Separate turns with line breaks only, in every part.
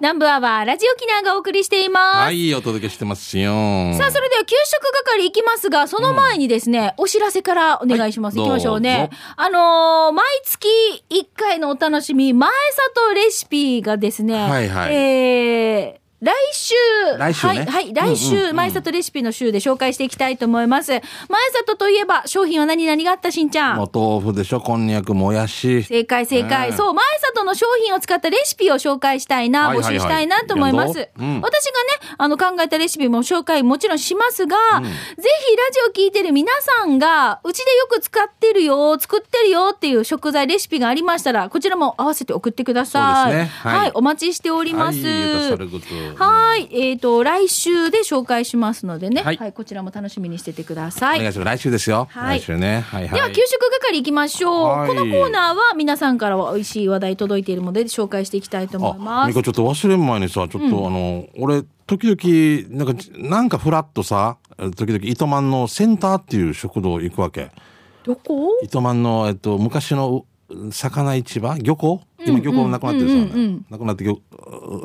南部アワー、ラジオキナーがお送りしています。
はい、お届けしてますよ。
さあ、それでは給食係いきますが、その前にですね、お知らせからお願いします。、
はいい
きましょうね
どう。
あのー毎月1回のお楽しみ、前里レシピがですね、
はいはい
えー来週、
来週ね
はい、はい、来週、
うんうんうん
前里レシピの週で紹介していきたいと思います。前里といえば、商品は何々があったしんちゃん。
もう豆腐でしょ、こんにゃく、もやし。
正解正解、
ねえ
そう前里の商品を使ったレシピを紹介したいな、
はいはいはい
募集したいなと思います、
やるぞうん
私がねあの考えたレシピも紹介もちろんしますが、ぜひラジオ聞いてる皆さんがうちでよく使ってるよ作ってるよっていう食材レシピがありましたらこちらも合わせて送ってください、
そうですね
は、
はいい
お待ちしております、
はいゆかさるぐつ
はいえー、と来週で紹介しますのでね、は
はいい
こちらも楽しみにしててくださ
お
い
願いします。来週ですよ。
はい
来週ね。はいはい。
では給食係行きましょう、
はい
このコーナーは皆さんからは美味しい話題届いているので紹介していきたいと思い
あ、
ま
ミ
す
カちょっと忘れん前にさ、ちょっと、あの、俺、時々、なんか、なんかフラッとさ、時々、糸満のセンターっていう食堂行くわけ。
どこ
糸満の、えっと、昔のう魚市場漁港今漁港なくなってるさ、
うんうんうん
ね。なくなって漁、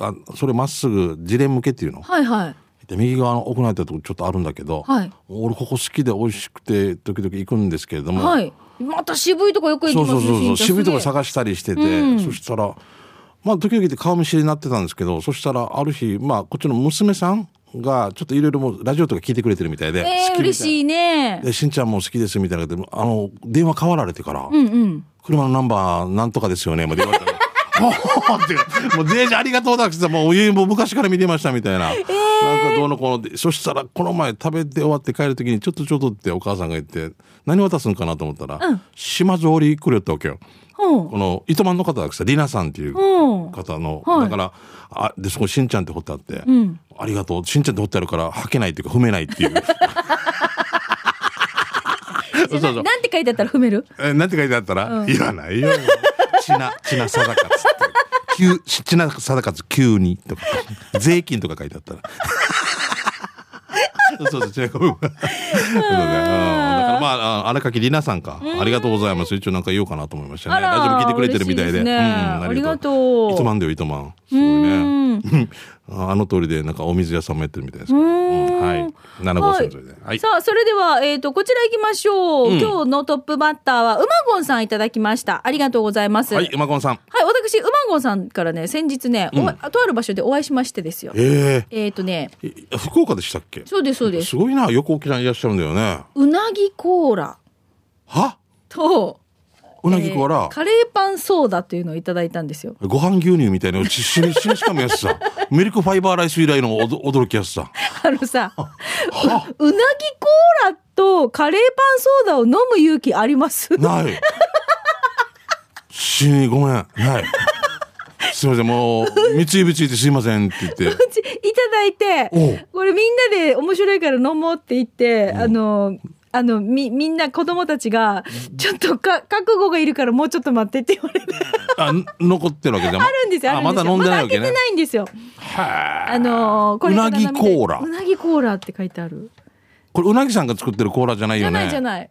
あそれまっすぐ、ジレン向けっていうの。
はいはい
で右側の奥にあったとこちょっとあるんだけど、
はい
俺ここ好きで美味しくて時々行くんですけれども、
はいまた渋いとこよく行き
そう
ます
そうそうそう渋いとこ
し
探したりしてて、
うん
そしたらまあ時々って顔見知りになってたんですけどそしたらある日まあこっちの娘さんがちょっといろいろもうラジオとか聞いてくれてるみたい
えー、
で、好きみたい
嬉しいね
でしんちゃんも好きですみたいなことであの電話変わられてから、
うんうん
車のナンバーなんとかですよねまで言われ たらおーっていう もうデージありがとうだっつってもうお湯も昔から見てましたみたいな、なんかどうのこうのでそしたらこの前食べて終わって帰る時にちょっとちょっとってお母さんが言って何渡すんかなと思ったら、島ぞうりくれたわけよ
うん
この糸満の方だけさりなさんっていう
うん
方の、
はい
だからあでそこしんちゃんって掘ってあって、
ん
ありがとうしんちゃんって掘ってあるから吐けないっていうか踏めな いっていうそうそう
なんて書いてあったら踏める
えなんて書いてあったら、言わないよ。ちな、ちな定勝って。急、ちな定勝急にとか、税金とか書いて あったら。そうそう、ちな、ごめん。そうだねうんだからまあ、あ荒垣里奈さんか。ありがとうございます。一応なんか言おうかなと思いましたね。
あら
ラジオ聞いてくれてるみたいで。
嬉しいですねありがとう
糸満だよ、糸満。すごいうね。
ん、
ああの通りで、なんかお水屋さんもやってるみたいです。
う
は
ん
い。七号線沿いで。はい。
さあ、それでは、えっ、と、こちら行きましょう。今日のトップバッターは、うまごんさんいただきました。ありがとうございます。
はい、馬込さん。
はい、私、うまごんさんからね、先日ね、お会いとある場所でお会いしましてですよ。
え
えっ、とね、
ええ福岡でしたっけ
そうです、そうです。
すごいな、横沖縄いらっしゃるんだよね。
うなぎコーラ
は
と、
うなぎコー
え
ラ
ー、カレーパンソーダというのをいただいたんですよ。
ご飯牛乳みたいな、ちしししかもやつさ。ミルクファイバーライス以来のおど驚きやすさ。
あのさ、ううなぎコーラとカレーパンソーダを飲む勇気あります
ない。しごめん。ない。すいません、もう、三井部ついてすいませんって言って。
うちいただいて
おう
これみんなで面白いから飲もうって言って、あのあのみみんな子供たちがちょっとか覚悟がいるからもうちょっと待ってって言われて
あ、ん残ってるわけじゃん。あ
あるんですよあるん
ま
です
だ
よ
飲んでないわけ
まだ開けて
ね。
ないんですよ
は
あのーこれ
うなぎコーラ
う。なぎコーラって書いてある
これ、うなぎさんが作ってるコーラじゃない
じ
よ
ゃ
ね。
ないじゃない、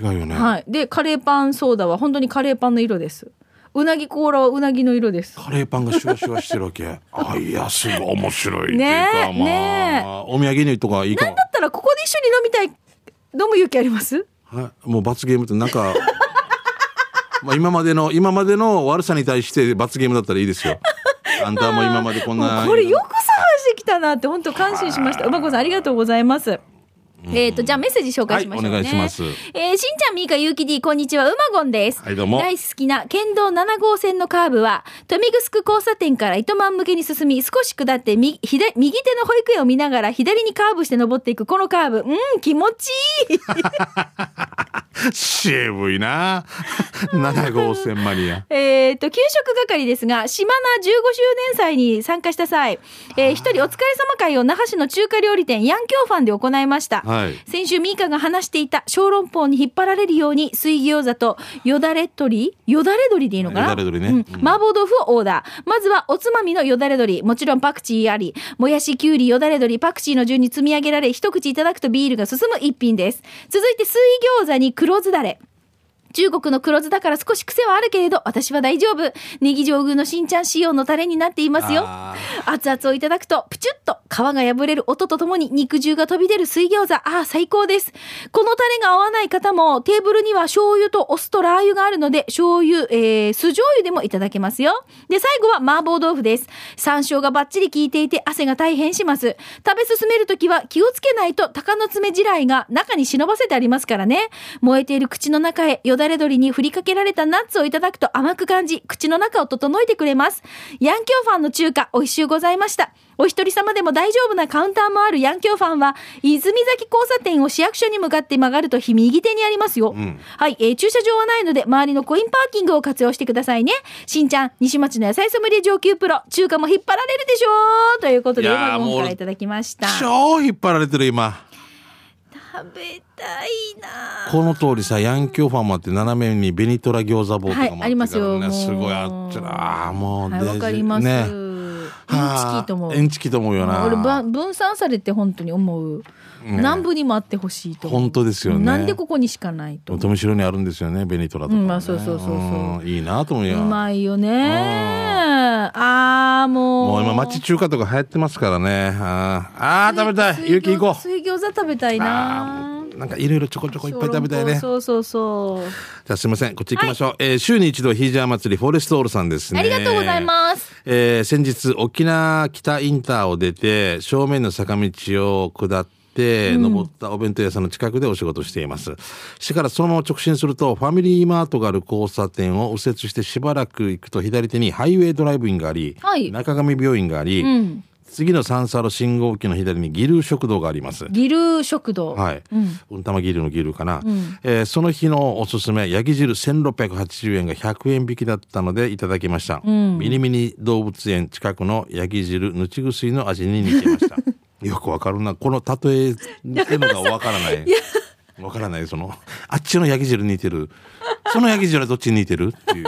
違うよね。
はいでカレーパンソーダは本当にカレーパンの色ですうなぎコーラはうなぎの色です
カレーパンがシュワシュワしてるわけ。あ、いや、すごい面白いっていうか。
ねえ
まあ、
ねえ
お土産にとかいいかも
だ。ったらここで一緒に飲みたい飲む勇気あります
はい、もう罰ゲームってなんか まあ今までの今までの悪さに対して罰ゲームだったらいいで すよ。あんたはもう今までこん
も
な
うこれよく探してきたなって本当感心しました。馬子さんありがとうございます。えー、とじゃあメッセージ紹介しましょうね、
はいお願いします
えーしんちゃんみーかゆうき D こんにちはうまごんです、
はいどうも
大好きな県道7号線のカーブは豊見城交差点から糸満向けに進み少し下ってみ左右手の保育園を見ながら左にカーブして登っていくこのカーブうん気持ちいい
渋いな。 七号線マニア。
えっと給食係ですが島名15周年祭に参加した際、えー一人お疲れ様会を那覇市の中華料理店ヤンキョーファンで行いました、
はい。
先週ミーカが話していた小籠包に引っ張られるように水餃子とよだれ鶏よだれ鶏でいいのかな
よだれ鶏ね
うん
うん
麻婆豆腐をオーダーまずはおつまみのよだれ鶏もちろんパクチーありもやしきゅうりよだれ鶏パクチーの順に積み上げられ一口いただくとビールが進む一品です続いて水餃子に黒酢だれ中国の黒酢だから少し癖はあるけれど私は大丈夫ネギ上宮の新ちゃん仕様のタレになっていますよ
あ
熱々をいただくと、プチュッと皮が破れる音とともに肉汁が飛び出る水餃子。ああ、最高です。このタレが合わない方も、テーブルには醤油とお酢とラー油があるので、醤油、えー、酢醤油でもいただけますよ。で、最後は麻婆豆腐です。山椒がバッチリ効いていて、汗が大変します。食べ進めるときは気をつけないと、鷹の爪地雷が中に忍ばせてありますからね。燃えている口の中へ、よだれ鶏に振りかけられたナッツをいただくと甘く感じ、口の中を整えてくれます。ヤンキョーファンの中華、美味しゅうございました。お一人様でも大丈夫なカウンターもあるヤンキョーファンは、泉崎交差点を市役所に向かって曲がると右手にありますよ。はい、えー駐車場はないので、周りのコインパーキングを活用してくださいね。しんちゃん、西町の野菜ソムリエ上級プロ、中華も引っ張られるでしょうということで、
いやー
今
もう
今からいただきました。食
超引っ張られてる今
べたいな
この通りさヤンキョーファンもあって斜めにベニトラ餃子棒とかもあってから、
は
ね
いありますよもう
すごいあっちゃあもう
ーはい、
デジ
わかります。
ね
インチキと思う。
はあインチキと思うよな
俺ば分散されて本当に思う、南部にもあってほしいと思う
本当ですよね
なんでここにしかないと思う
富城にあるんですよねベニトラとかもね、
うんまあそうそうそうそうん
いいなと思うよ
うまいよね
ん
あーもう
もう今町中華とか流行ってますからねあーあー食べたいゆき行こう
水餃子食べたい
あ
な
ーなんかいろいろちょこちょこいっぱい食べたいね
そうそうそうそう
じゃあすいません、こっち行きましょう。えー週に一度ヒージャー祭りフォレストオールさんですね。
ありがとうございます。
えー先日沖縄北インターを出て、正面の坂道を下って、登ったお弁当屋さんの近くでお仕事しています。市からそのまま直進すると、ファミリーマートがある交差点を右折してしばらく行くと左手にハイウェイドライブインがあり、
はい
中上病院があり、次の三叉路信号機の左にギル食堂があります。
ギル食堂
はい。うん、たまギルのギルかな、えーその日のおすすめ、ヤギ汁1680円が100円引きだったのでいただきました。ミニミニ動物園近くのヤギ汁ぬちぐすいの味に似て ました。よくわかるな。この例えってのがわから ない。わからない。その、あっちのヤギ汁似てる。そのヤギ汁はどっちに似てるっていう。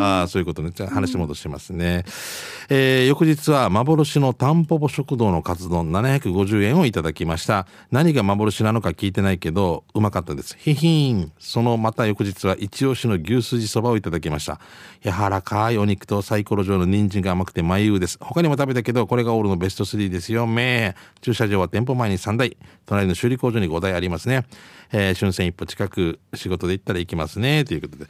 ああ、そういうことね。じゃあ話戻しますね。えー翌日は幻のタンポポ食堂のカツ丼750円をいただきました。何が幻なのか聞いてないけど、うまかったです。ひひーん。そのまた翌日は一押しの牛すじそばをいただきました。柔らかいお肉とサイコロ状の人参が甘くて眉です。他にも食べたけど、これがオールのベスト3ですよ。めー駐車場は店舗前に3台。隣の修理工場に5台ありますね。えー、春戦一歩近く仕事で行ったら行きますね。ということで。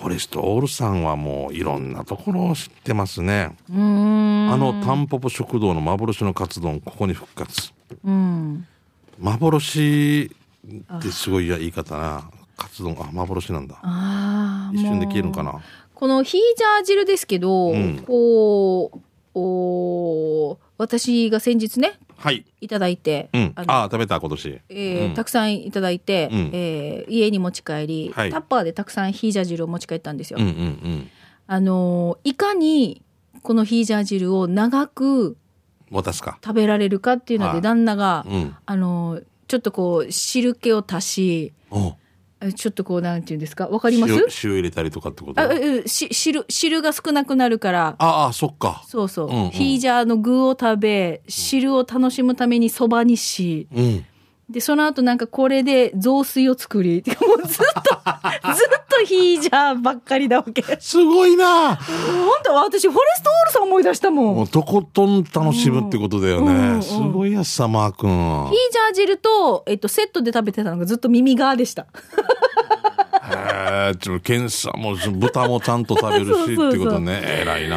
フォレストオールさんはもういろんなところを知ってますね。あのタンポポ食堂の幻のカツ丼、ここに復活。幻ってすごい言い方な。カツ丼、あ、幻なんだ。
あー
一瞬
もう
で消えるのかな。
このヒージャー汁ですけど、
うん
こうおー私が先日ね
はい。
いただいて、
うん。
あの
ああ、食べた、今年。
えー
うん
たくさんいただいて、
うん
えー家に持ち帰り、
はい
タッパーでたくさんヒージャー汁を持ち帰ったんですよ。
うんうんうん。
あのーいかにこのヒージャー汁を長く
渡すか。
食べられるかっていうの
は
で
い
旦那が、
うん。
あのーちょっとこう汁気を足し
お
えちょっとこうなんていうんですかわかります
塩塩入れたりとかってこと
あ
あ
ええし汁汁が少なくなるから
あー、そっか。
そうそう、
うんうん
ヒージャーの具を食べ汁を楽しむためにそばにし
うん。
でその後なんかこれで雑炊を作りも うずっとずっとヒージャーばっかりだわけ本
すごいな
当私フォレストオールさん思い出したもん
もうとことん楽しむってことだよね。
うんうん
すごいやつさ、マー君。
ヒージャー汁と、えっと、セットで食べてたのがずっと耳側でした。
へえ、ちょ検査も、豚もちゃんと食べる
そうそう
し
そう
ってことね。偉いな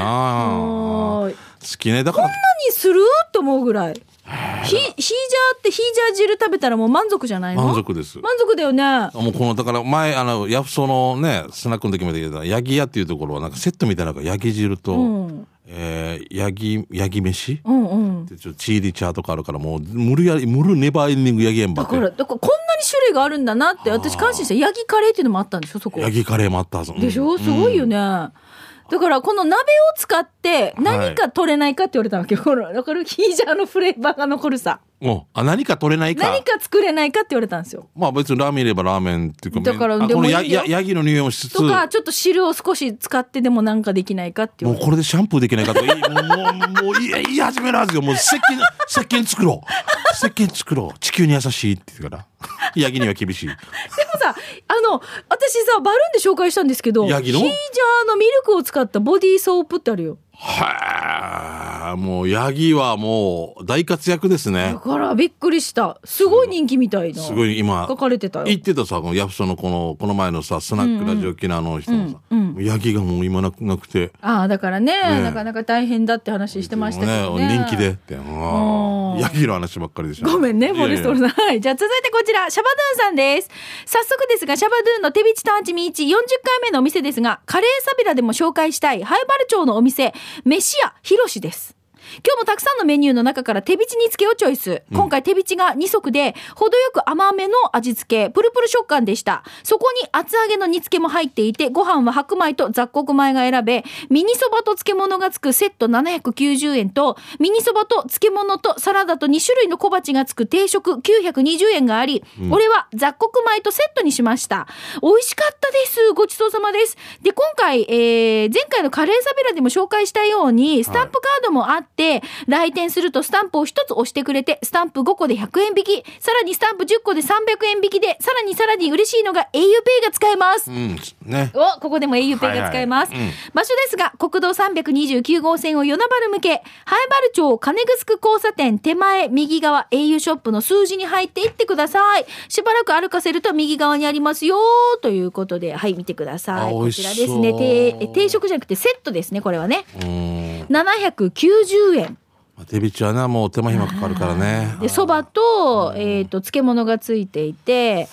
も
好
う
きね。だから、
何すると思うぐらい。ヒヒージャーってヒージャー汁食べたらもう満足じゃないの
満足です。
満足だよね。
もうこの、だから前、あの、ヤフソのね、スナックの時も言ったけど、ヤギ屋っていうところはなんかセットみたいなのが、ヤギ汁と、
うん
えー、ヤギ、ヤギ飯っ
うんうん。
てちょっとチーリチャーとかあるから、もう、無理やり、無理ネバーエンディングヤギエンバ
だ
っ
から、だ
て。
からこんなに種類があるんだなって、私感心した。ヤギカレーっていうのもあったんでしょ、そこ。
ヤギカレーもあったはず。
でしょすごいよね。だから、この鍋を使って何か取れないかって言われたわけ。ほら、だからヒージャーのフレーバーが残るさ。
うん。もう、あ、何か取れないか。
何か作れないかって言われたんですよ。
まあ別にラーメンいればラーメンっていうか、
だから
あ
で
こ
も
の
いいよ
ヤヤヤギの匂いもしつつ、
とか、
も
ちょっと汁を少し使ってでもなんかできないかって言わ
う
れた。
これでシャンプーできないかとか、いいもう、もう、もういい、言い始めるはずよ。もう石鹸、 石鹸作ろう。石鹸作ろう。地球に優しいって言うから。ヤギには厳しい。
でもさ、あの、私さ、バルーンで紹介したんですけど、ヒー
ヤ
ジ
ギ
ャー
の
のミルクを使ったボディーソープってあるよ。
はや、もう、ヤギはもう、大活躍ですね
だ。からびっくりした。すごい人気みたいな。
すごい今
書かれてたよ。
言ってたさ、このヤフソのこの、この前のさ、スナックラジオ機能の人もさ、ヤギがもう今なくなくて、
ああ、だからね
え
なかなか大変だって話してましたけどね。
でも人気でって、あ
ん
ーヤギの話ばっかりでした。
ごめんね、
いやいや
ボルストロさん。はい。じゃあ続いてこちら、シャバドゥンさんです。早速ですが、シャバドゥンの手びちとアンチミーチ40回目のお店ですが、カレーサビラでも紹介したい、ハイバル町のお店、飯屋ひろしです。今日もたくさんのメニューの中から手びち煮付けをチョイス。今回手びちが2足で、程よく甘めの味付け、プルプル食感でした。そこに厚揚げの煮付けも入っていて、ご飯は白米と雑穀米が選べ、ミニそばと漬物がつくセット790円と、ミニそばと漬物とサラダと2種類の小鉢がつく定食920円があり、俺は雑穀米とセットにしました。美味しかったです。ごちそうさまです。で、今回、えー前回のカレーサビラでも紹介したように、スタンプカードもあって、来店するとスタンプを1つ押してくれて、スタンプ5個で100円引き、さらにスタンプ10個で300円引きで、さらにさらに嬉しいのが auPay が使えます。
うん、ね。
をここでも auPay が使えます、
はいはいうん
場所ですが国道329号線を与那原向けハエバル町金城交差点手前右側 au ショップの数字に入っていってくださいしばらく歩かせると右側にありますよということではい見てください
あ美
こ
味
ち
しそ
ら
う
ですね定定食じゃなくてセットですねこれはね
うん。
790円
まあ手びちはな、もう手間暇かかるからね。
でそばと,、えー、と漬物がついていて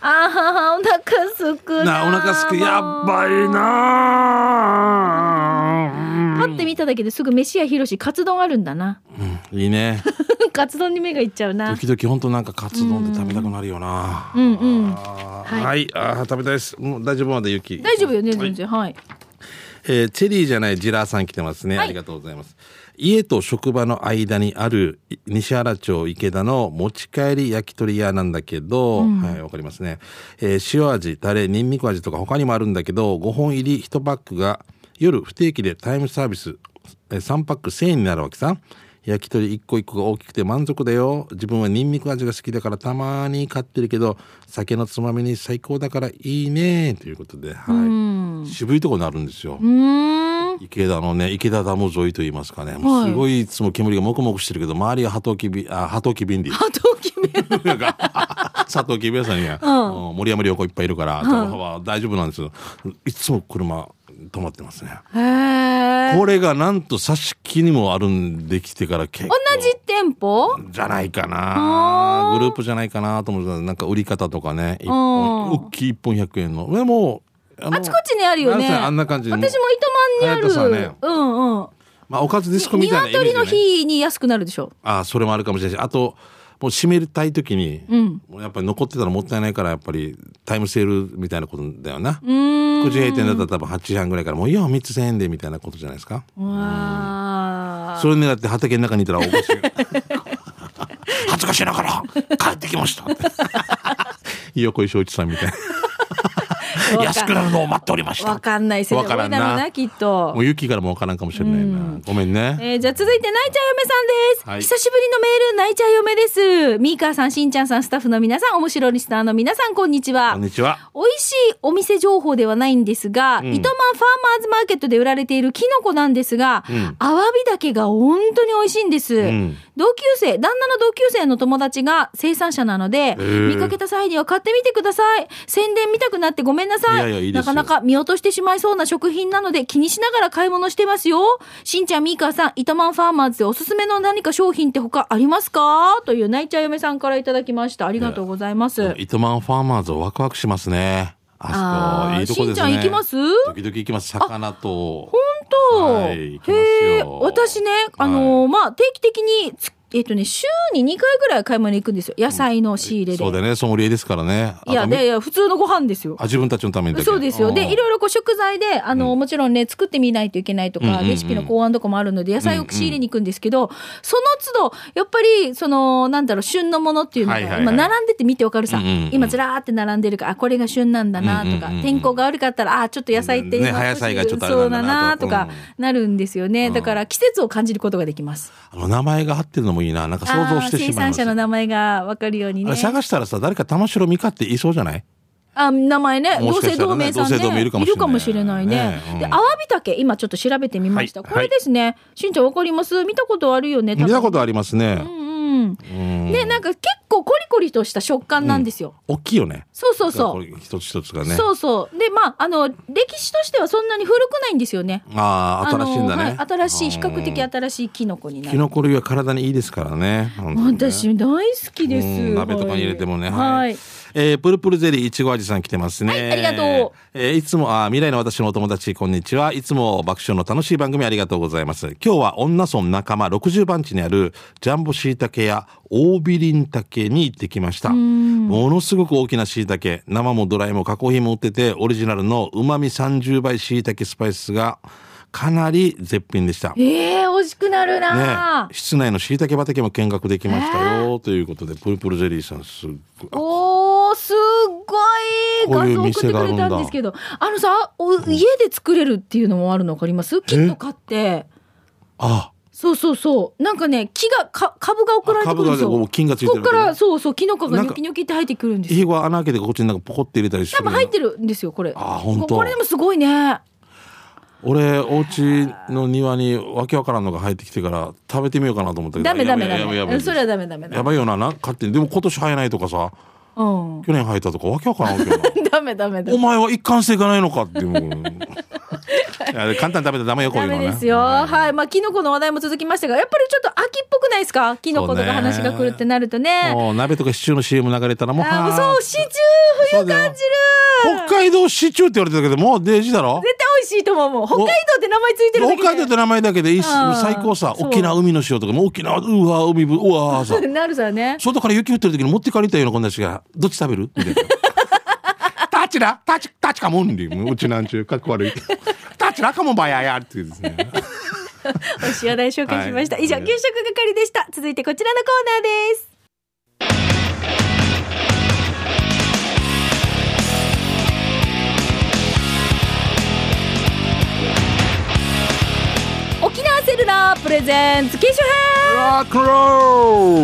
あーお腹すくな
な、お腹すく、や
もう
ばいな
パッて見ただけですぐ飯屋ひろしカツ丼あるんだな
うんいいね。
カツ丼に目がいっちゃうな
時々本当なんかカツ丼って食べたくなるよな。
うんうん
あ
は
ー
い
はい、あー食べたいです。もう大丈夫まで雪。
大丈夫よね全然はい
えーチェリーじゃないジラーさん来てますね。
はい
ありがとうございます。家と職場の間にあるい西原町池田の持ち帰り焼き鳥屋なんだけど、はい、わかりますね。えー塩味、タレ、ニンニク味とか他にもあるんだけど、5本入り1パックが夜不定期でタイムサービス、えー3パック1000円になるわけさ。焼き鳥一個一個が大きくて満足だよ。自分はニンニク味が好きだからたまに買ってるけど、酒のつまみに最高だからいいね。ということで、はい。渋いとこになるんですよ。
うーん
池田のね池田ダム沿いと言いますかね、もうすごいいつも煙がもくもくしてるけど周りはハトウキビあハトウキ ビンディ
あと決 める
なんか佐藤キビ屋さんや、うん森山良子いっぱいいるから、大丈夫なんですよいつも車止まってますね
へー
これがなんと挿し木にもあるんできてから結構
同じ店舗
じゃないかなグループじゃないかなと思ってたなんか売り方とかね一本
うん
大きい1本100円のでもあの
あちこちにあるよね
あんな感じで
私も糸満にあ
早田さん
る
はね
うんうん
まあ、おかずディスコみたいなイメージ、ね、
鶏の日に安くなるでしょ
あそれもあるかもしれないしあともう締めたい時に、
うん
もうやっぱり残ってたらもったいないからやっぱりタイムセールみたいなことだよな、
うーん
9時閉店だったら多分8時半ぐらいからもういいよ3つ1000円でみたいなことじゃないですか
うわー
それ狙って畑の中にいたらおかしい恥ずかしいながら帰ってきましたって 横井正一さんみたいな安くなるのを待っておりました
わかんない世代多いだろうなきっと
もう雪からもわからんかもしれないな、ごめんね
えーじゃあ続いて、泣いちゃう嫁さんです。
はい
久しぶりのメール、泣いちゃう嫁です。ミーカーさん、しんちゃんさん、スタッフの皆さん、面白いリスナーの皆さん、こんにちは
こん。にちは
美味しいお店情報ではないんですが、糸満ファーマーズマーケットで売られているキノコなんですが、
ん
アワビだけが本当に美味しいんです。
ん
同級生、旦那の同級生の友達が生産者なので、
ー
見かけた際には買ってみてください。宣伝見たくなってごめんなさい。
いやいやいいですよ
なかなか見落としてしまいそうな食品なので気にしながら買い物してますよ。しんちゃん、みーかーさん、糸満ファーマーズでおすすめの何か商品って他ありますかという泣いちゃう嫁さんからいただきました。ありがとうございます。
糸満ファーマーズワクワクしますね。あそ
あ
こ
ー
いいとこですね。
しんちゃん行きます
時々行きます。魚と。
本当、
はい行きますよ
へえ私ねあのーまあ定期的につえっ、とね週に2回ぐらい買い物に行くんですよ野菜の仕入れで、
そうだよね。ソムリエですからね。
いや
あ
い
と
やいや普通のご飯ですよ
あ自分たちのためにだけ
そうですよ。で、い
い
ろいろこう食材で、あの、もちろんね、作ってみないといけないと
うんうん
か、
うん
レシピの考案とかもあるので、野菜を仕入れに行くんですけど、その都度、やっぱり、その、なんだろう、旬のものっていうのが、
はいはいはい
今、並んでて見てわかるさ
うんうんうん。
今、ずらーって並んでるから、あ、これが旬なんだなとか
うんうんうんう、ん
天候が悪かったら、あ、ちょっと野菜って今
ね葉野菜がちょっとあれ
そう
な
だ
んだ
な
な
と
と
か、なるんですよね。だから、季節を感じることができます。
あの名前が貼ってるのもいいな。なんか想像して
あー生
しまいま
産
す。
者の名前がわかるように
あ
ね
れ。探したらさ、誰か玉城美香っていそうじゃない
あ名前ね
も
同
しか
姓
した
同
らね
名さんね
同姓同名いるかもしれない
ね
ねうん
でアワビタケ今ちょっと調べてみました、
はい
これですね、しんちゃんわかります見たことあるよね
見たこととあります
う。
ね
んうん
うん
でなんか結構コリコリとした食感なんですよ、
大きいよね。
そうそうそ
こ
う
れ一つ一つがね。
そうそうでまああの歴史としてはそんなに古くないんですよね
ああ、
あの
新しいんだね。
はい、新しい比較的
うん
新しいキノコにな
キ
る
ノコ類は体にいいですからね。本当にね
私大好きです
うん鍋とかに入れてもね。
はい、はい
えープルプルゼリーいちご味さん来てますね。
はいありがとう。
えーいつも、あー、未来の私のお友達、こんにちは。いつも爆笑の楽しい番組ありがとうございます。今日は女村仲間60番地にあるジャンボ椎茸や大ビリン茸に行ってきました。ものすごく大きな椎茸。生もドライも加工品も売ってて、オリジナルの旨味30倍椎茸スパイスがかなり絶品でした。
えー、美味しくなるな、
ね、室内の椎茸畑も見学できましたよ、ということでプルプルゼリーさんすっごいあ
おーすっごい
こ
画
ういう
像送って
店が
く
あ
れ
るん
た
だ
んですけどあのさお家で作れるっていうのもあるの分かりますキット買って
あ
そうそうそうなんかね木がか株が送られてくるんですよ
あ株がこう菌がついてる
こっか
わけ
ら
ね
そうそうキノコが
なん
ニ
か
ョキニョキって入ってくるんですよ
ひごは穴開けてこっちになんかポコって入れたりして
多
るよ
分入
ね
ってるんですよこれ
あ本当
これでもすごいね
俺お家の庭にわけわからんのが入ってきてから食べてみようかなと思ったけど
ダメダメダ
やばいやば
メ
いやばい
それはダメダメダ
や
メ
ばいよなな勝手にでも今年生えないとかさ
うん
去年生えたとかわけわからんわけよな
ダメダメダ
お
メ
前は一貫していかないのかっていう いや簡単に食べたらダメよこうい
ダ
うの
メ
はね
ですよ、はいまあキノコの話題も続きましたがやっぱりちょっと秋っぽくないですかキノコとか話が来るってなるとね
もう鍋とかシチューの CM 流れたらもう
あーもう
はー
そうシチュー
そ
冬
うだよ
感じる
北海道シチューって言われてたけど、もうデジだろ
絶対美味しいと思うもう北海道って名前ついてるだけ
北
で
海道って名前だけでいいし
あー
最高さ。
そう
沖縄海の塩とかも沖縄、うわ、海ぶ、うわ、さ。
なるさね
外から雪降ってる時に持ってかれたようなこんな人が、どっち食べるみ たいな。タチラ、タチ、タチかもんり。うちなんちゅう、かっこ悪い。タチラかもばややっていうですね。
美味しい話題紹介しました、
はい
以上給食係でした続いてこちらのコーナーです沖縄セルラープレゼンツ研修編
ラクロ
こ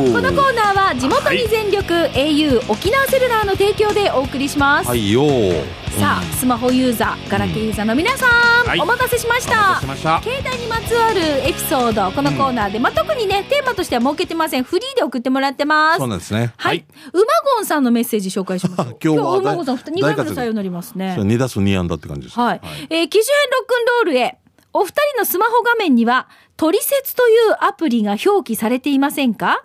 のコーナーは地元に全力 au 沖縄セルラーの提供でお送りします、
はいよー。
さあスマホユーザーガラケーユーザーの皆さん、
はい
お待たせしまし
お待た
た
せしました。
携帯にまつわるエピソードこのコーナーで、まあ、特にねテーマとしては設けてませんフリーで送ってもらってます
そ
は
う
い、
なんですね。
馬ゴンさんのメッセージ紹介しましょう
今日は
馬ゴンさん
大
2回目
大
の
活躍
採用になりますね
そう。2打数2安打って感じです。
はい、えー機種編ロックンロールへお二人のスマホ画面には「トリセツ」というアプリが表記されていませんか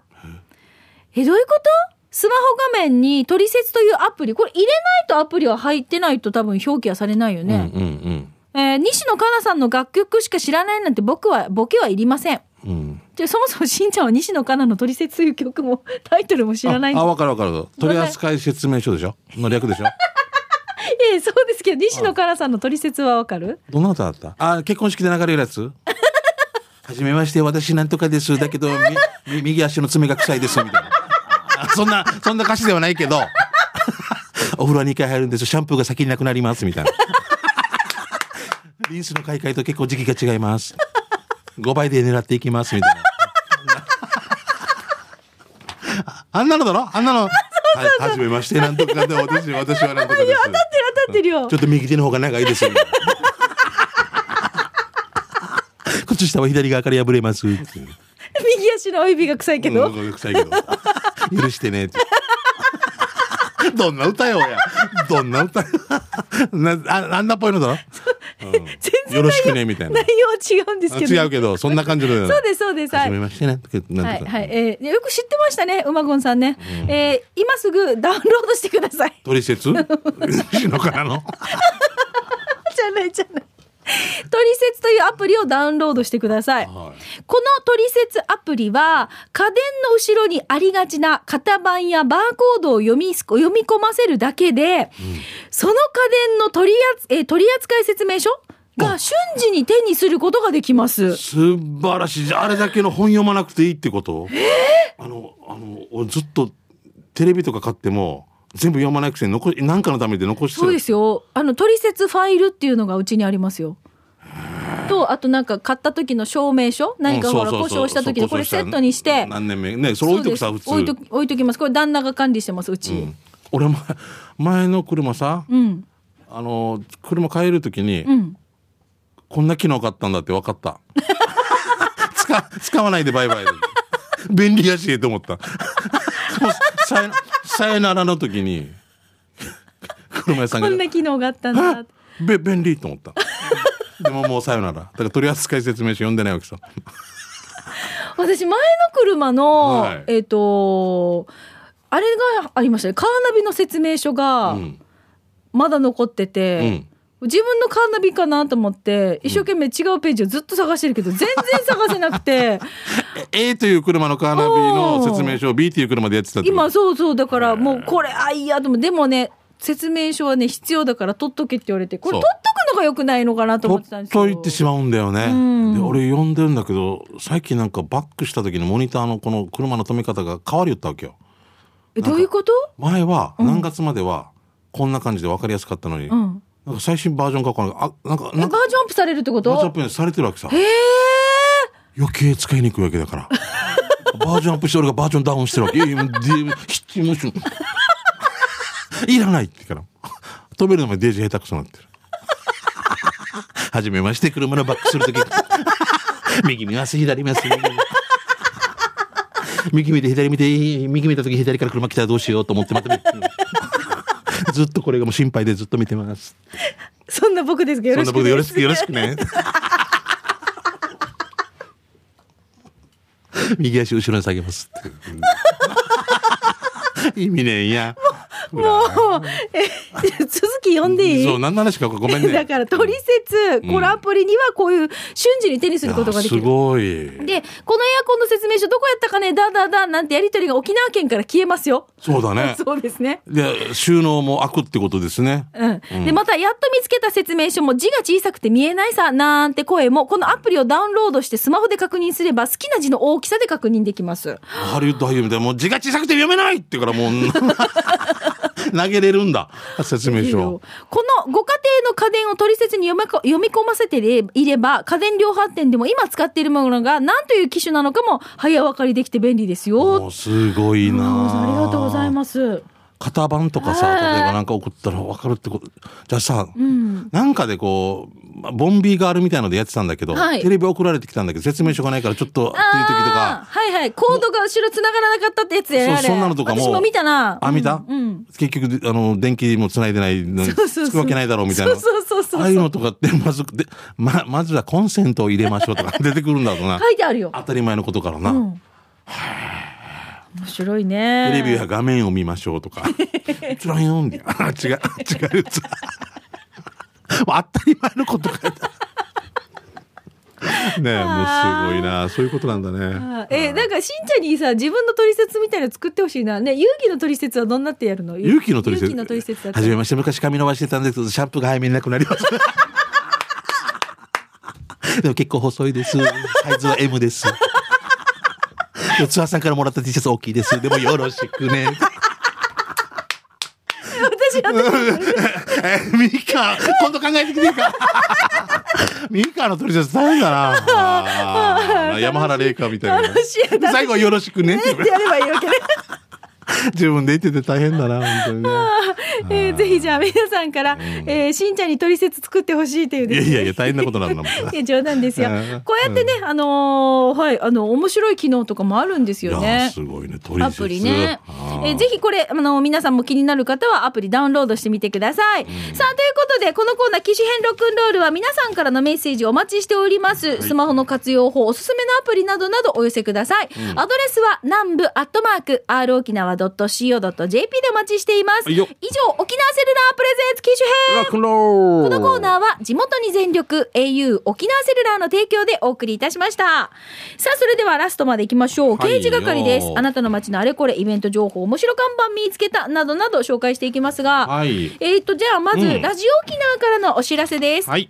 えどういうことスマホ画面に「トリセツ」というアプリこれ入れないとアプリは入ってないと多分表記はされないよ
うん
ね、えー西野カナさんの楽曲しか知らないなんて僕はボケはいりません
うんうん。うん。
でそもそもしんちゃんは西野カナの「トリセツ」という曲も タイトルも知らないん
あ、
で
あわかるわかる。取扱説明書でしょの略でしょ
ええそうですけど西野カナさんの「トリセツ」はわかる
どんな歌だったあ、結婚式で流れるやつ はじめまして、私なんとかです。だけど、みみ右足の爪が臭いです。みたいな。あそんな、そんな歌詞ではないけど。 お風呂2回入るんです。シャンプーが先になくなります。みたいな。リンスの買い替えと結構時期が違います。5倍で狙っていきます。みたいな。あんなのだろあんなの。はいはじめまして、なんとかで、私、私はなんとかです。
当たってる当たってるよ
ちょっと右手の方が長いですよ。 靴下は左側から破れます。
右足の親指が臭いけど、
うん臭いけど許してねって。どんな歌よ、や。どんな歌よ。なああんなっぽいのだろ
全然
よろしくね、みたいな。
内容は違うんですけど。
違うけど、そんな感じのよ。
そうですそうですは
はいじめましてね。なん
は
と
い
か
はい、えーよく知ってましたね、馬ゴンさんね、えー今すぐダウンロードしてください。
トリセツ西野からの。
じゃないじゃない。トリセツというアプリをダウンロードしてください。
は
このトリセツアプリは家電の後ろにありがちな型番やバーコードを読みす読み込ませるだけで、その家電の取り扱えー取り扱い説明書が瞬時に手にすることができます。
素晴らしいじゃああれだけの本読まなくていいってこと、あのあの俺ずっとテレビとか買っても全部読まないくせに残り何かのためで残して
そうですすよ。あの、取説ファイルっていうのがうちにありますよ。と、あとなんか買った時の証明書何かほら故障した時のこれセットにして。
何年目ねそれ置いとくさ
そうで
普
す
通
置いとき置いときます。これ旦那が管理してます、うち。
うん俺前前の車さ
うん
あの車変える時に、
うん
こんな機能買ったんだって分かった 使使わないでバイバイ便利やしと思ったもうさよさよならの時に車屋さん
こ
が
んな機能があったんだ
べ便利と思ったでももうさよならだから取扱説明書読んでないわけさ
私前の車の、
はい
えっ、とあれがありましたねカーナビの説明書が
うん
まだ残って
う
て、
ん
自分のカーナビかなと思って一生懸命違うページをずっと探してるけど全然探せなくて
A という車のカーナビの説明書を B という車でやってたってこと
今そうそうだからもうこれあいやでもでもね説明書はね必要だから取っとけって言われてこれ
そ
取
う
っとくのが良くないのかなと思ってたん
っ
ですよ
といてしまうんだよね。
ん
で俺呼んでるんだけど最近なんかバックした時のモニターのこの車の止め方が変わりよったわけよ。
えどういうこと
前は何月まではこんな感じで分かりやすかったのに、
うん
なんか最新バージョンがこのあなんか
えバー
な
ジョ
んか
ンアップされるってこ
バージョンアッ
と
プされてるわけさ
へえ
余計使いにくいわけだから バージョンアップして俺がバージョンダウンしてるわけいやいやもう DM 必要もしないいらないって言うから止めるのもデージ下手くそになってる初めまして車のバックする時右見ます左見ます右見ます右見て左見て右見た時左から車来たらどうしようと思ってまた見てずっとこれがもう心配でずっと見てます
そんな僕ですけど
そんな僕でよろしく
です
よろしくね。 右足後ろに下げますって。意味ねえんや。
もう、え、続き読んでいい
そう、何の話かごめん ね。
だから、トリセツ、このアプリにはこういう瞬時に手にすることができ
す
る。
ごい。
で、このエアコンの説明書どこやったかね、だだだなんてやりとりが沖縄県から消えますよ。
そうだね。
そうですね。
で、収納も開くってことですね。
うん。で、また、やっと見つけた説明書も字が小さくて見えないさ、なんて声も、このアプリをダウンロードしてスマホで確認すれば、好きな字の大きさで確認できます。
ハリウッド俳優みたいな、もう字が小さくて読めないって言うからも う、投げれるんだ。説明書。
このご家庭の家電を取説に読めこ読み込ませていれば家電量販店でも今使っているものが何という機種なのかも早分かりできて便利ですよ。
もうすごいな
ありがとうございます。
型番とか
は
さ
い
例えばなんか送ったら分かるってことじゃあさ、
ん
なんかでこうまあボンビーガールみたいのでやってたんだけど、
はい
テレビ送られてきたんだけど説明書がないからちょっとっていう時と
ああ
か
ー、はいはい。コードが後ろ繋がらなかったってやつやね
そう
あれ
そんなのとかも
私も見たな。
あ見た、
うんうん。
結局あの電気もつないでないのに
そうそうそう
つくわけないだろうみたいな
そうそうそうそう
ああいうのとかってまずくでままずはコンセントを入れましょう とか出てくるんだろうな、
書いてあるよ。
当たり前のことからな、
うん。面白いね。
テレビは画面を見ましょうとか。つらんよんで。あ違う、違う。もう当たり前のことかよ。ねえ、もうすごいな。そういうことなんだね。
あーえ、なんかしんちゃんにさ、自分の取説みたいなの作ってほしいな。ね、勇気の取説はどんなってやるの
勇気の取説。
勇気の取説だった
はじめまして、昔髪伸ばしてたんですけど、シャンプーが早めになくなります。 でも結構細いです。サイズは M です。でツアーさんからもらった T シャツ大きいです。でもよろしくね。
私の取説
えー、ミカ、今度考えてきてい いか。ミカの取説大変だな あー。山原玲香みたいな。
楽しい楽しい
最後はよろしくね。
ってやればいいわけね。
自分で言ってて大変だな、本当にね。
えーぜひじゃあ皆さんから、えーしんちゃんに取説作ってほしいという
い
で
や
すね
いやいや、大変なことなんだもん。
いや冗談ですよ
うん。
こうやってね、あのーはい、あの、面白い機能とかもあるんですよ
いやー
ね。
すごいね、取説。
アプリね
あ。ー
えーぜひこれ、あの、皆さんも気になる方はアプリダウンロードしてみてください。さあ、ということで、このコーナー、機種編ロックンロールは皆さんからのメッセージお待ちしております。スマホの活用法、おすすめのアプリなどなどお寄せください。アドレスは、南部アットマーク、r 沖縄 .co.jp でお待ちしています。
はい
以上、
よ
沖縄セルラープレゼンツ機種編
ロックンロー
こ
ル
のコーナーは地元に全力 au 沖縄セルラーの提供でお送りいたしました。さあ、それではラストまで行きましょう。
はい
刑事係です。
よ
あなたの街のあれこれ、イベント情報、面白看板見つけた、などなど紹介していきますが、
はい
えっ、と、じゃあまず、
うん
ラジオ沖縄からのお知らせです。
はい。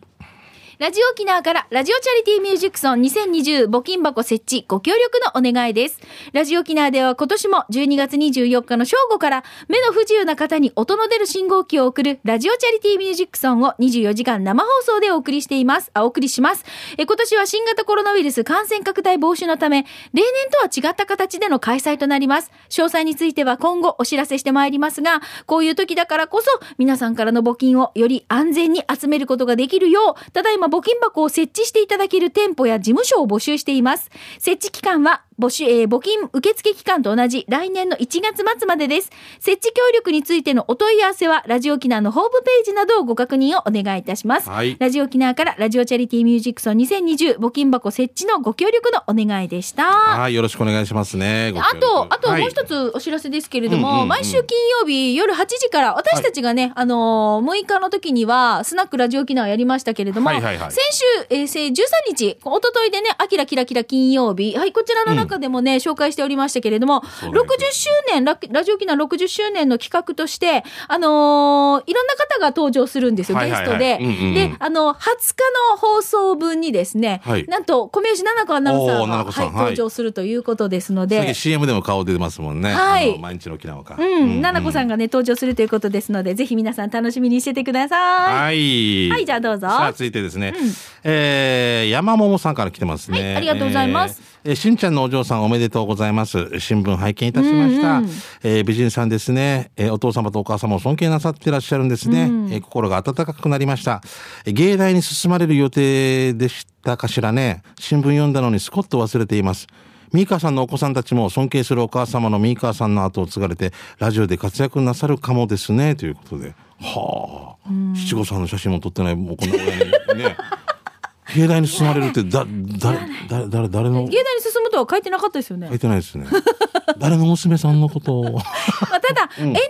ララジオ沖縄からラジオチャリティーミュージックソン2020募金箱設置ご協力のお願いです。ラジオ沖縄では今年も12月24日の正午から目の不自由な方に音の出る信号機を送るラジオチャリティーミュージックソンを24時間生放送でお送りしています。あ、お送りします。え、今年は新型コロナウイルス感染拡大防止のため、例年とは違った形での開催となります。詳細については今後お知らせしてまいりますが、こういう時だからこそ皆さんからの募金をより安全に集めることができるよう、ただいま募金箱を設置していただける店舗や事務所を募集しています。設置期間は募集、えー募金受付期間と同じ来年の1月末までです。設置協力についてのお問い合わせは、ラジオ沖縄のホームページなどをご確認をお願いいたします。
はい
ラジオ沖縄からラジオチャリティーミュージックソン2020募金箱設置のご協力のお願いでした。
はい、よろしくお願いしますね。ご
あ
協力
と、あともう一
はい
つお知らせですけれども、
うんうんうん
毎週金曜日夜8時から、私たちがね、あのー、6日の時には、スナックラジオ沖縄やりましたけれども、
はいはいはい
先週、えーせ13日、おとといでね、あきらきらきら金曜日、はい、こちらの中でもね、紹介しておりましたけれども、
う
60
だね
周年ラ、ラジオ沖縄60周年の企画として、あのーいろんな方が登場するんですよ、
はい
ゲ
はい
ス
は
ト
い
で。
うんうんうん
で、あの、20日の放送分にですね、
はい
なんと、米吉七子アナウンサー
お
が、
ー七子さん
はい
はい
登場するということですので。
最近 CM でも顔出てますもんね。
はい
あの毎日の沖縄か。
うん、ななこさん
が。
がね、登場するということですので、ぜひ皆さん楽しみにしててください。
はい。
はいじゃあどうぞ
さあ、続いてですね。えー山桃さんから来てますね。
はいありがとうございます
えー。えーしんちゃんのお嬢さんおめでとうございます。新聞拝見いたしました。
うんうん
えー美人さんですね、えーお父様とお母様を尊敬なさってらっしゃるんですね。えー心が温かくなりました。えー芸大に進まれる予定でしたかしらね。新聞読んだのにすこっと忘れています。ミーカーさんのお子さんたちも尊敬するお母様のミーカーさんの後を継がれて、ラジオで活躍なさるかもですね。ということで。はあ。七五三の写真も撮ってない、もうこんな親にね。 芸大に進まれるって、だ、だ、だ、誰、誰の
芸大に進むとは書いてなかったですよね
書い。てないですね。誰の娘さんのこと を。
まあ、た だ、エンターテインメ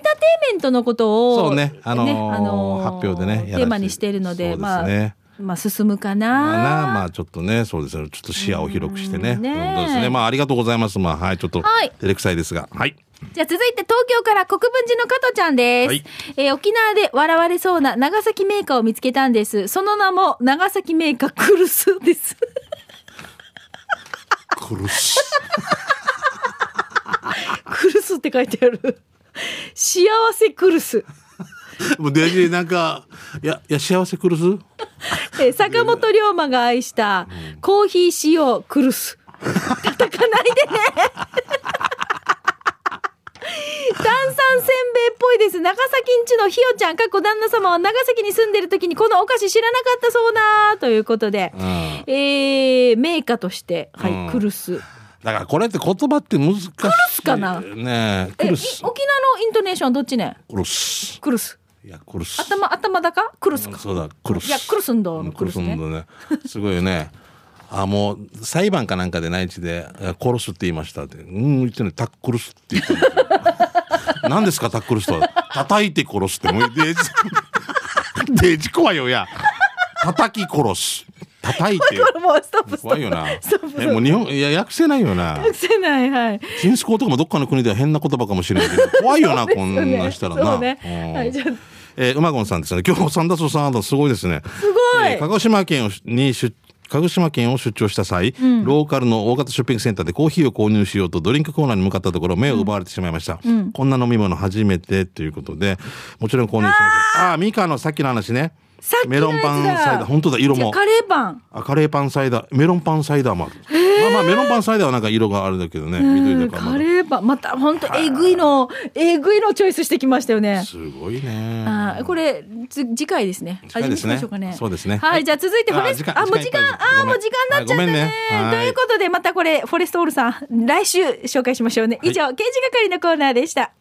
ントのことを、
そうねあのー発表でねやらせて
テーマにしているので、
そうです
まあ
ね、
まあ、進むかな。
まあな、まあちょっとね、そうですね。ちょっと視野を広くしてね。
うんね
本当ですね。まあありがとうございます。まあはい、ちょっと
はい
照れくさいですが。はい。
じゃあ続いて東京から国分寺の加藤ちゃんです。
はい
えー沖縄で笑われそうな長崎メーカーを見つけたんです。その名も長崎メーカークルスです。
苦し
クルスって書いてある。 幸せクルス。
い。もうデジなんか、いや、 いや、幸せ苦す
えー坂本龍馬が愛したコーヒー使用クルス。 叩かないでね。炭酸せんべいっぽいです。長崎んちのひよちゃん、かっこ旦那様は長崎に住んでる時にこのお菓子知らなかったそうなということで、
うん。
えー、名家として、はい、
うん
クルス。
だからこれって言葉って難しい。苦
すかな
ね
え、
え。
い
苦
沖
す
縄。のイントネーションどっちね
苦す。
クルス。
いや、苦す。
頭、頭高クルスか。
そうだ、苦す。
いやクルスんだ
うん
ク
ク
ル
ル
ス
ス
ね
ンドね。すごいよね。あ、もう、裁判かなんかで内地で、いや殺すって言いましたって。うん、言ってね、タックルスって言ったんですよ 何ですか、タックルスとは。叩いて殺すって。もう、デジ、デジ怖いよ、いや。叩き殺す。叩いて。
これ もうストップストップ。
怖いよな
ストップ。
え、もう日本、いや、訳せないよな。
せない、はい。
キンスコとかもどっかの国では変な言葉かもしれな いけど、怖いよな、こんなんしたら
そ
な。
うね
うん
はいじゃあ
えー、馬ゴンさんですね。今日もサンダソさんだすごいですね。
すごい
えー鹿児島県をしに出鹿児島県を出張した際、ローカルの大型ショッピングセンターでコーヒーを購入しようとドリンクコーナーに向かったところ目を奪われてしまいました、こんな飲み物初めてということでもちろん購入しましたああーミカのさっきの話ね
さっきの
メ
やつだ
ロンパンサイダー本当だ色
じゃ
も
あカレーパン。
あカレーパンサイダーメロンパンサイダーもある、まあまあメロンパンサイダーはなんか色があるんだけどね緑だからま
カ
だ
レーパン。また、本当えぐいの、えぐいのチョイスしてきましたよね。
すごいね
あーこれ、つ次回ですね。
次回です
味見し
ね
ましょうかね。
そうですね
は、
はいい
じゃあ続いて、フォレス
あ時間
ト、あ、もう時
時
間
間いっぱい、
あー、もう時間になっちゃった
ごめ
ね
んね。
と
はい
いうことで、またこれ、フォレストオールさん、来週紹介しましょうね。以上、刑事係のコーナーでした。